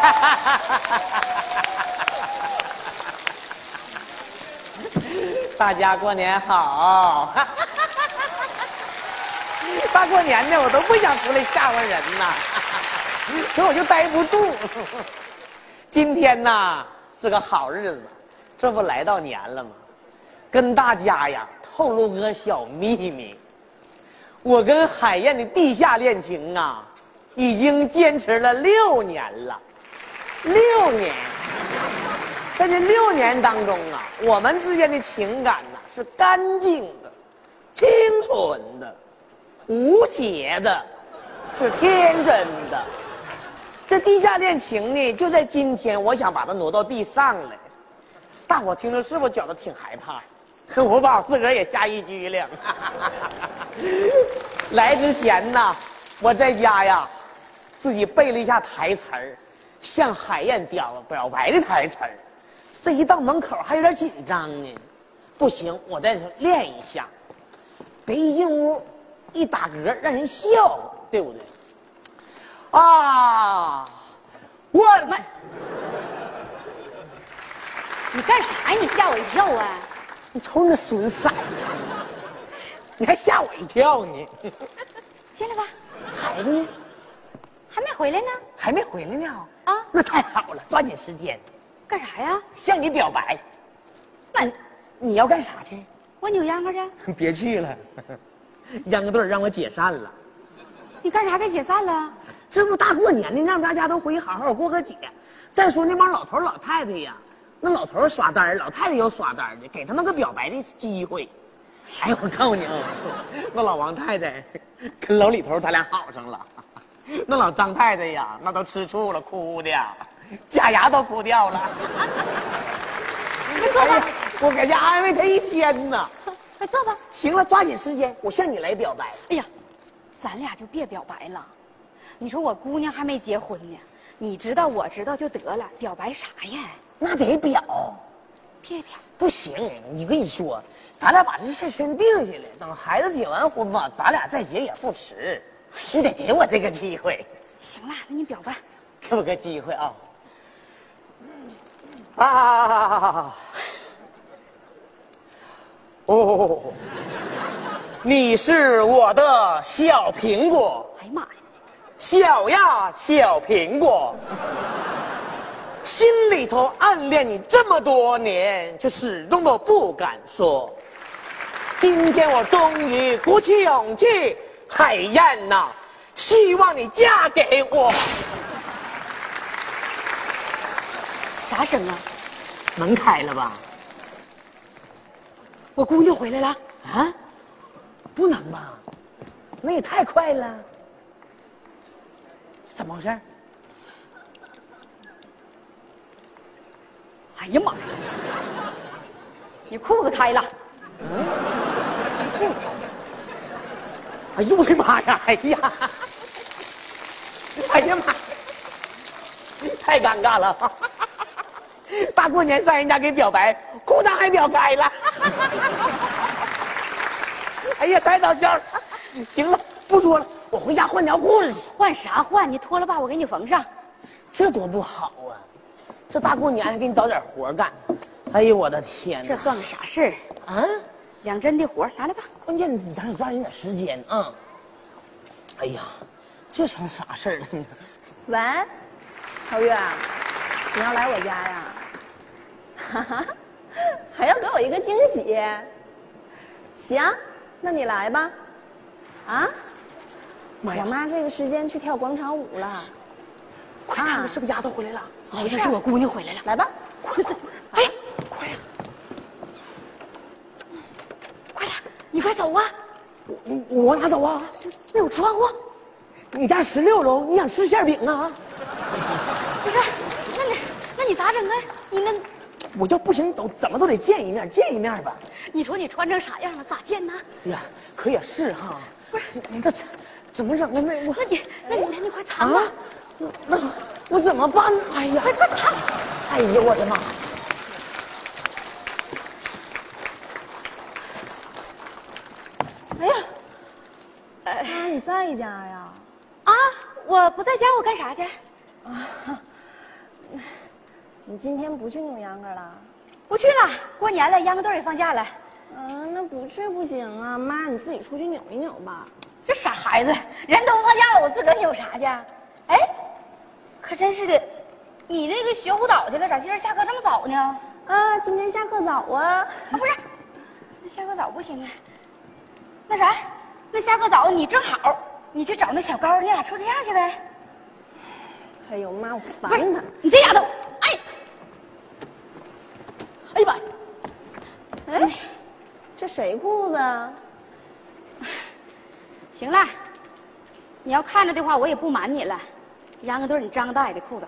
大家过年好！ 大过年的，我都不想出来吓唬人呐， 可我就待不住。今天呐是个好日子，这不来到年了吗？跟大家呀透露个小秘密，我跟海燕的地下恋情啊，已经坚持了六年了，六年。在这六年当中啊，我们之间的情感呐、是干净的、清纯的、无邪的，是天真的。这地下恋情呢，就在今天，我想把它挪到地上来。大伙听着是不是觉得挺害怕？我把我自个儿也吓一激灵。 来之前呢，我在家呀，自己背了一下台词儿，向海燕表表白的台词儿。这一到门口还有点紧张呢，不行，我再练一下。别一进屋，一打嗝让人笑，对不对？啊，我的妈！你干啥呀？你吓我一跳啊！你瞅你那损色儿，你还吓我一跳呢！进来吧，孩子呢？还没回来呢。还没回来呢？哦啊那太好了，抓紧时间干啥呀？向你表白。那你要干啥去？我扭秧歌去。别去了， 秧歌队让我解散了。你干啥该解散了？这不大过年的，让大家都回去好好过个节。再说那帮老头老太太呀，那老头耍单儿老太太有耍单儿的，给他们个表白的机会。哎，我告诉你啊，那老王太太跟老李头他俩好上了，那老张太太呀，那都吃醋了，哭的呀，假牙都哭掉了。快坐哎呀吧，我搁家安慰他一天呢。哎快坐吧。行了，抓紧时间，我向你来表白。哎呀，咱俩就别表白了。你说我姑娘还没结婚呢，你知道我知道就得了，表白啥呀？那得表。别表，不行，你跟你说，咱俩把这事儿先定下来，等孩子结完婚吧，咱俩再结也不迟。你得给我这个机会，行了，那你表吧。给我个机会啊！啊！哦，你是我的小苹果，哎呀妈呀，小呀小苹果，心里头暗恋你这么多年，却始终都不敢说。今天我终于鼓起勇气，海燕呐、希望你嫁给我。啥声啊？门开了吧？我姑娘回来了。啊，不能吧？那也太快了。怎么回事？哎呀妈呀，你裤子开了。哎呦我的妈呀！哎呀，哎呀妈呀，太尴尬了！大过年上人家给表白，裤裆还表开了。哎呀，太搞笑了！行了，不说了，我回家换条裤子去。换啥换？你脱了吧，我给你缝上。这多不好啊！这大过年还给你找点活干。哎呦我的天这哪！算个啥事儿？啊，两针的活儿拿来吧。关键你咱得抓紧点时间啊、哎呀，这成啥事儿了呢？喂，超越，你要来我家呀？ 哈哈，还要给我一个惊喜。行，那你来吧。啊？妈呀我妈这个时间去跳广场舞了。快看看是不是丫头回来了？好哦像是我姑娘回来了。来吧，快快，哎，快呀！快点，你快走啊！我我哪走啊？那有窗户，你家十六楼，你想吃馅饼啊？不是？那你那你咋整啊？你那，我就不行，都怎么都得见一面，见一面吧。你说你穿成啥样了？咋见呢？哎呀，可也是哈，不是那怎怎么整啊？那我那你那你那你快藏吧啊，，那那我怎么办？哎呀，快快藏！哎呦我的妈！哎呀，妈，你在家呀？啊，我不在家，我干啥去？你今天不去扭秧歌了？不去了，过年了，秧歌队也放假了。嗯，那不去不行啊，妈，你自己出去扭一扭吧。这傻孩子，人都放假了，我自个儿扭啥去啊？哎，可真是的，你那个学舞蹈去了，咋今儿下课这么早呢？啊，啊，今天下课早啊。不是，那下课早不行啊。那啥，那下课早你正好，你去找那小高，你俩处对象去呗。哎呦妈，我烦不是他。，你这丫头，哎，哎呀妈呀，哎，这谁裤子啊？行了，你要看着的话，我也不瞒你了，秧歌队你张个大爷的裤子。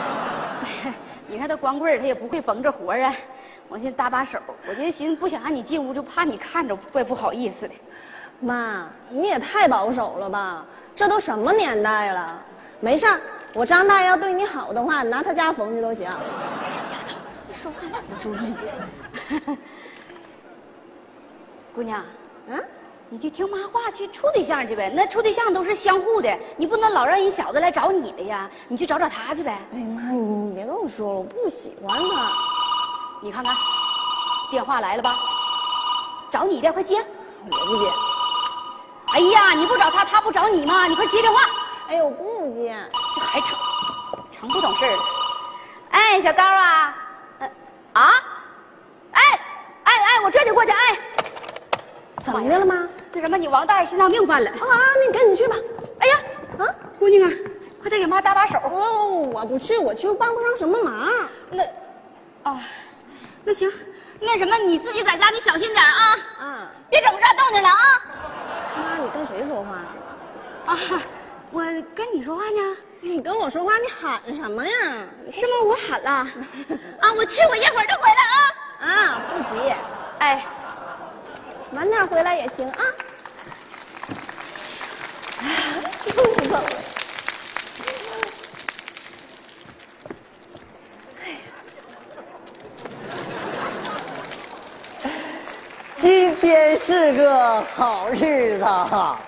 你看他光棍儿，他也不会缝这活儿啊。我寻思搭把手，我寻思寻思不想让你进屋，就怕你看着怪不好意思的。妈，你也太保守了吧？这都什么年代了？没事儿，我张大爷要对你好的话，你拿他家缝去都行。傻丫头，你说话哪不注意？ 姑娘，嗯，你就听妈话，去处对象去呗。那处对象都是相互的，你不能老让人小子来找你了呀。你去找找他去呗。哎妈，你别跟我说了，我不喜欢他，你看看，电话来了吧？找你的，快接！我不接。哎呀，你不找他，他不找你吗？你快接电话！哎呦，我不接。这还成，成不懂事儿了。哎，小高啊，呃啊，哎，哎哎，我这就过去。哎，怎么的了妈？那什么，你王大爷心脏病犯了。啊，哎那你赶紧去吧。哎呀，啊，姑娘啊，快再给妈搭把手。哦，我不去，我去帮不上什么忙。那，啊，那行，那什么，你自己在家你小心点儿啊，啊，别整出啥动静来啊。妈，你跟谁说话？啊，我跟你说话呢，你跟我说话，你喊什么呀？是吗？我喊了，啊，我去，我一会儿就回来啊。啊，不急，哎，晚点回来也行啊。又走了。今天是个好日子啊，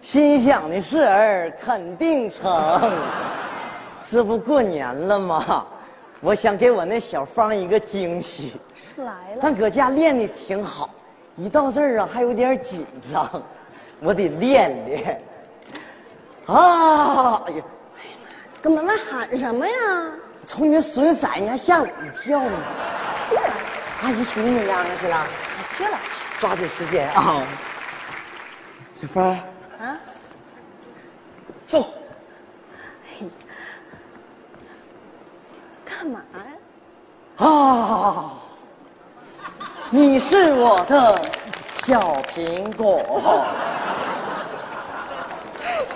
心想的事儿肯定成。这不过年了吗？我想给我那小芳一个惊喜。是来了。但搁家练的挺好，一到这儿啊还有点紧张，我得练练。啊，哎呀，跟门外喊什么呀？瞅你那损色，你还吓我一跳呢。进来，阿姨瞅你那样去了，我去了。抓紧时间啊。小芳儿，啊，走，干嘛呀？啊，你是我的小苹果，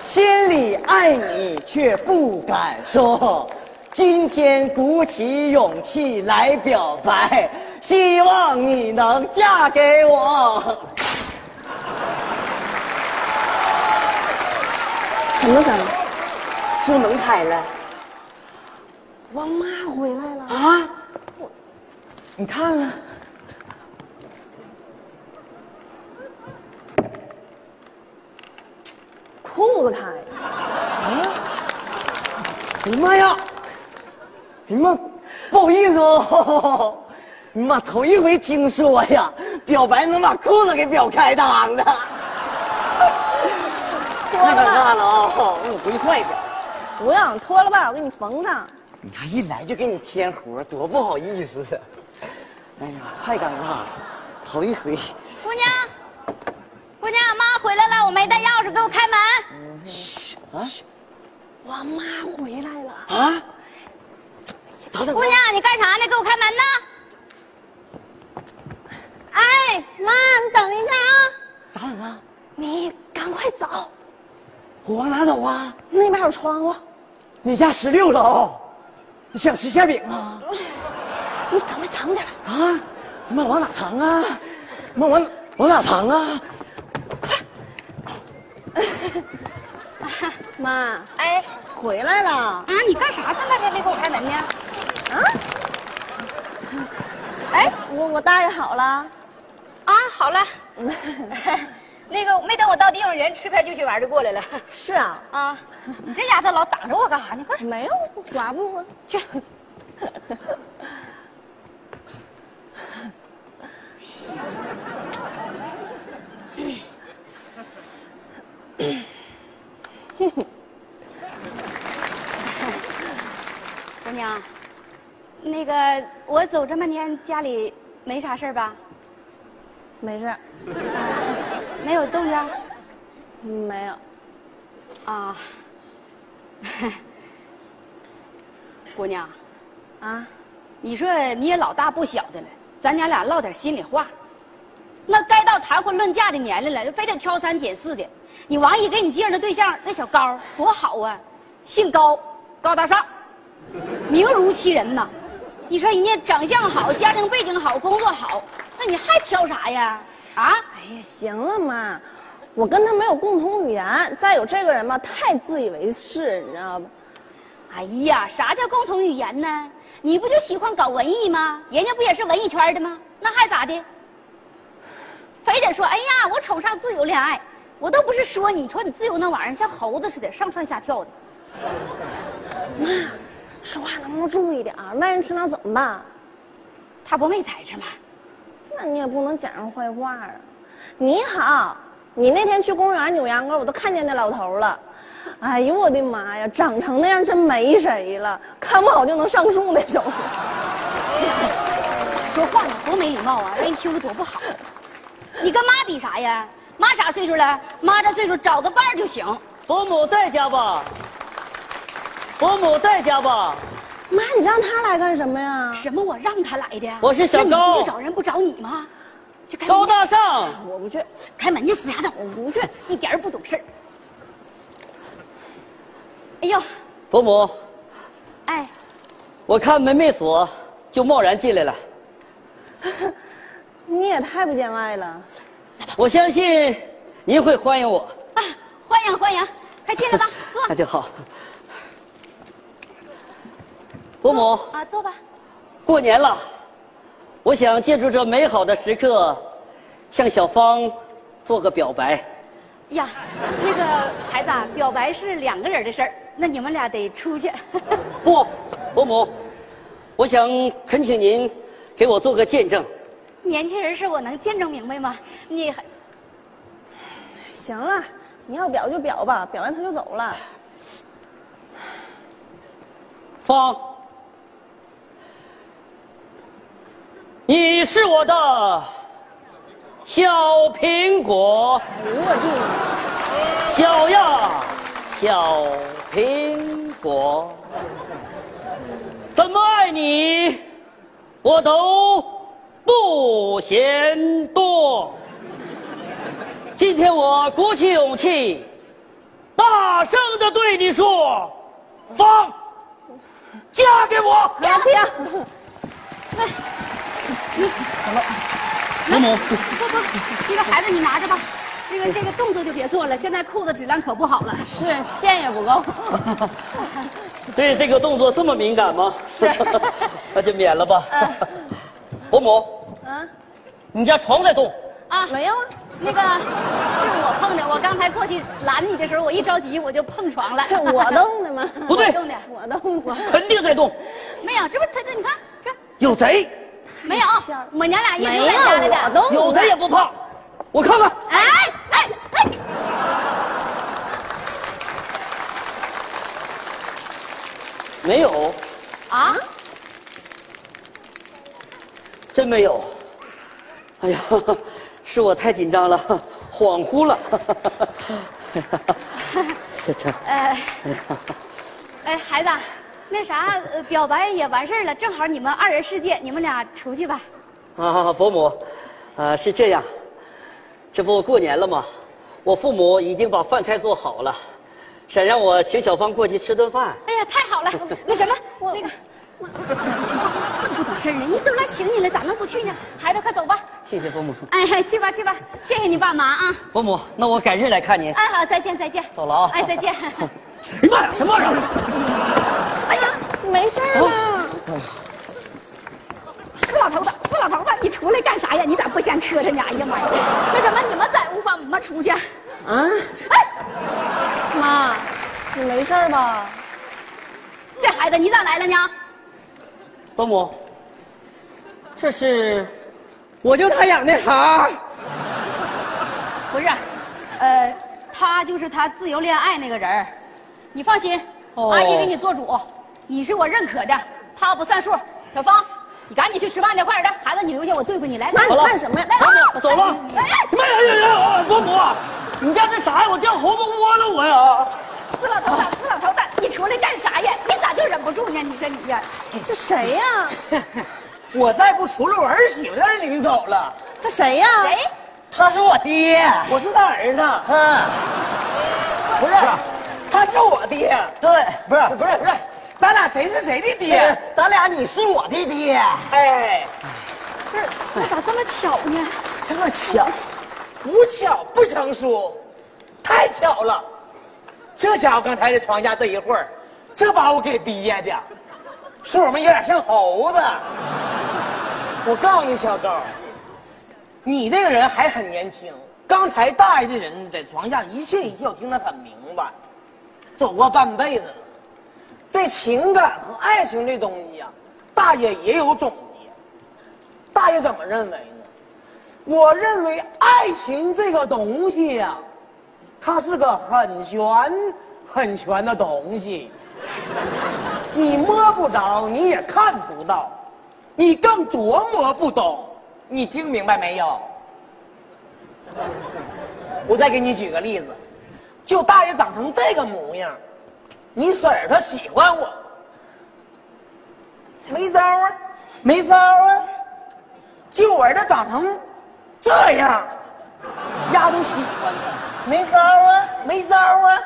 心里爱你却不敢说。今天鼓起勇气来表白，希望你能嫁给我。什么声儿？是不是门开了王妈回来了。啊？你看看，裤子开了。哎呀妈呀！哎呀妈，不好意思哦，哎呀妈，头一回听说呀，表白能把裤子给表开裆的，脱太了可怕吧，了啊、哦！我回去换一个。不用脱了吧，我给你缝上。你看一来就给你添活，多不好意思啊！哎呀，太尴尬了，头一回。姑娘，姑娘，妈回来了，我没带钥匙，给我开门。王妈回来了。啊！咋的？姑娘，你干啥呢？给我开门呢！哎，妈，你等一下啊，咋整啊？你赶快走，我往哪走啊？那边有哦窗户，你家十六楼，你想吃馅饼吗？你赶快藏起来。啊！妈往哪藏啊？妈往哪往哪藏啊？妈哎，回来了，啊，你干啥这么半天没给我开门呢？啊，哎，我我大爷好了，啊，好了， 那个没等我到地方，人吃开就去玩就过来了。是啊，啊，你这丫头老挡着我干啥呢？快没有，划不过。去。我走这么半天，家里没啥事儿吧？没事儿，没有动静？没有。啊， 姑娘，啊，你说你也老大不小的了，咱娘俩唠点心里话。那该到谈婚论嫁的年龄了，就非得挑三拣四的。你王姨给你介绍的对象，那小高多好啊，姓高，高大上，名如其人呐。你说人家长相好，家庭背景好，工作好，那你还挑啥呀？啊，哎呀，行了妈，我跟他没有共同语言，再有这个人吧，太自以为是，你知道吧？哎呀，啥叫共同语言呢？你不就喜欢搞文艺吗？人家不也是文艺圈的吗？那还咋的？非得说，哎呀，我崇尚自由恋爱，我都不是说你，瞅你自由那玩意儿，像猴子似的上蹿下跳的。说话能不能注意点儿？万一听到怎么办？他不没在这吗？那你也不能讲上坏话啊！你好，你那天去公园扭秧歌，我都看见那老头了。哎呦我的妈呀，长成那样真没谁了，看不好就能上树那种。说话呢多没礼貌啊，让人听着多不好。你跟妈比啥呀？妈啥岁数了？妈这岁数找个伴儿就行。伯母在家吧？伯母在家吧？妈，你让他来干什么呀？什么我让他来的？我是小那你高不去找人不找你吗？就开门高大上，我不去，开门去死丫头！我不去。一点儿不懂事儿。哎呦，伯母，哎，我看门没锁，就贸然进来了。你也太不见外了。我相信您会欢迎我，啊，欢迎欢迎，快进来吧，坐那就好。伯母，啊，坐吧。过年了，我想借助这美好的时刻，向小芳做个表白。呀，那个孩子啊，表白是两个人的事儿，那你们俩得出去。 不，伯母，我想恳请您给我做个见证。年轻人事我能见证明白吗？你还行了，你要表就表吧，表完他就走了。方，你是我的小苹果，哎呦我的妈！小呀小苹果，怎么爱你，我都不嫌多。今天我鼓起勇气，大声的对你说，方，嫁给我。家庭。哎伯母，不不，这个孩子你拿着吧，这个这个动作就别做了，现在裤子质量可不好了。是线也 不够。对这个动作这么敏感吗？是那就免了吧。伯母，啊，你家床在动，啊，没有啊，那个是我碰的，我刚才过去拦你的时候，我一着急我就碰床了。我动的吗？不对，动的，我动的。肯定在动，没有，这不他这你看这有贼，没有，我们娘俩一没直有，在家里我的。动的。有哦贼也不怕。我看看，哎哎哎，没有，啊，真没有。哎呀， 是我太紧张了， 恍惚了。 这这，呃，哎呀，哎，孩子，那啥，呃表白也完事儿了，正好你们二人世界，你们俩出去吧。啊，伯母，呃，是这样，这不过年了吗？我父母已经把饭菜做好了，想让我请小芳过去吃顿饭。哎呀，太好了，那什么，那个，那么不懂事儿呢，人都来请你了，咋能不去呢？孩子，快走吧。谢谢伯母，哎，去吧去吧，谢谢你爸妈啊。伯母，那我改日来看您。哎，好，再见再见。走了啊哎，再 见。哎呀妈呀，什么玩意儿？哎呀，没事儿吧？哦哎死啊老头子，死老头子，你出来干啥呀？你咋不先磕碜呢？哎呀妈呀！那什么，你们在屋吧，我们出去。啊，哎，妈，你没事儿吧？这孩子你咋来了呢？伯母，这是，我就他养的孩儿。不是，呃，他就是他自由恋爱那个人儿，你放心，哦阿姨给你做主，你是我认可的，他不算数。小芳，你赶紧去吃饭去，快点的，孩子你留下，我对付你来。妈，来你干什么呀？来来，走了。哎哎，妈呀呀呀！伯母，你家这啥呀？我掉猴子窝了我呀！死老头子，死老头子，你出来干啥呀？你咋就忍不住呢？你这你呀，这谁呀？我再不出来，我儿媳妇让人领走了。他谁呀？啊谁？他是我爹，我是他儿子，嗯，不是，他是我爹，对，不是，不是哎不是，咱俩谁是谁的爹？爹，咱俩你是我的爹，哎，不是，我咋这么巧呢？这么巧，无巧不成书，太巧了。这家伙刚才在床下这一会儿，这把我给憋的，是我们有点像猴子。我告诉你，小高，你这个人还很年轻。刚才大爷这人在床下一切一切，我听得很明白，走过半辈子了，对情感和爱情这东西呀、大爷也有总结。大爷怎么认为呢？我认为爱情这个东西呀、它是个很玄、很玄的东西，你摸不着，你也看不到，你更琢磨不懂。你听明白没有？我再给你举个例子，就大爷长成这个模样，你婶儿她喜欢我，没招儿啊。没招啊，就我儿子长成这样，丫都喜欢他，没招啊，没招啊。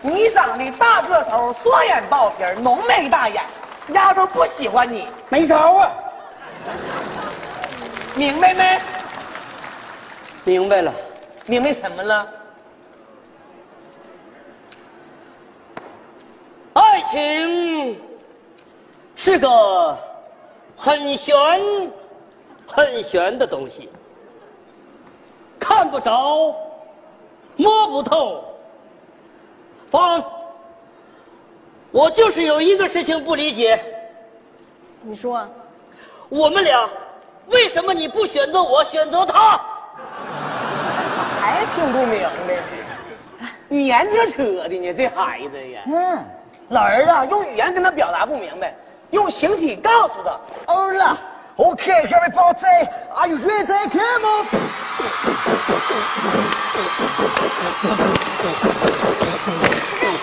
你长得大个头，双眼爆皮儿，浓眉大眼，丫都不喜欢你，没招啊，明白没？明白了，明白什么了？爱情是个很玄、很玄的东西，看不着，摸不透。方，我就是有一个事情不理解。你说，我们俩，为什么你不选择我，选择他？还听不明白呢？黏着扯的呢，这孩子呀！嗯，老儿子用语言跟他表达不明白，用形体告诉他。欧了，OK everybody, are you ready? Come on.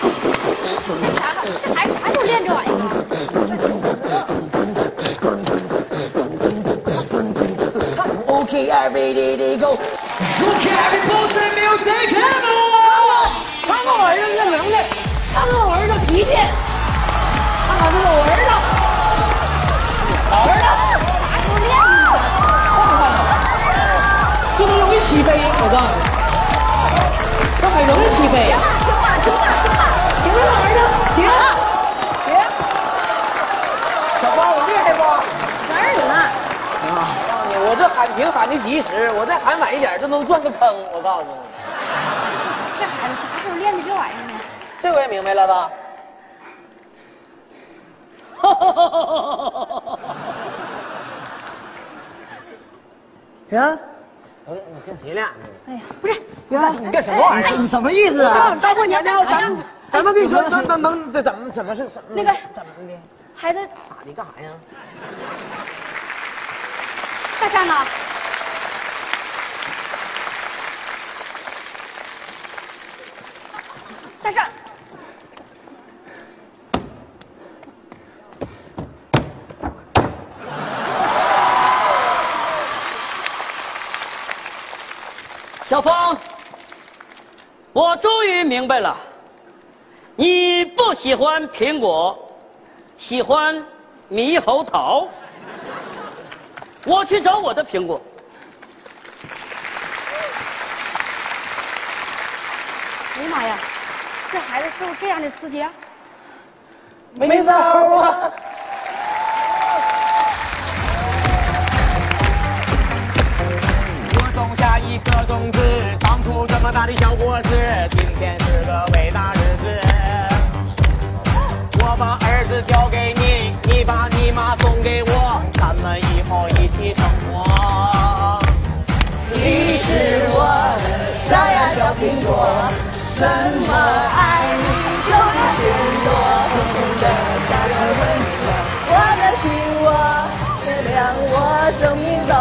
啥玩意儿？这孩子啥时候练这玩意儿？ Okay, every day they go. Okay, everybody, music, come on. 看看我儿子这能耐，看看我儿子脾气，看看这个我儿子，好儿子，啥时候练的？这都容易起飞，我告诉你，这很容易起飞呀。行了，老儿子，停了，停。小花，我厉害不？哪儿呢？我告诉你，我这喊停喊的及时，我再喊晚一点，这能转个坑。我告诉你，这孩子啥时候练的这玩意儿呢？这回明白了吧？呀，不是，你跟谁俩呢？不是，呀，你干什么玩意儿？你什么意思啊？大过年的，咱们咱们跟你说，能能能，这怎么怎么是怎么那个怎么的？孩子咋的？干啥呀？干啥呢？大山，小芳，我终于明白了，你不喜欢苹果，喜欢猕猴桃。我去找我的苹果。哎呀妈呀，这孩子受这样的刺激、啊，没招啊！我种下一颗种子，长出这么大的小果实。今天是个伟大日子，我把儿子交给你，你把你妈送给我，咱们以后一起生活。我的心窝。生命的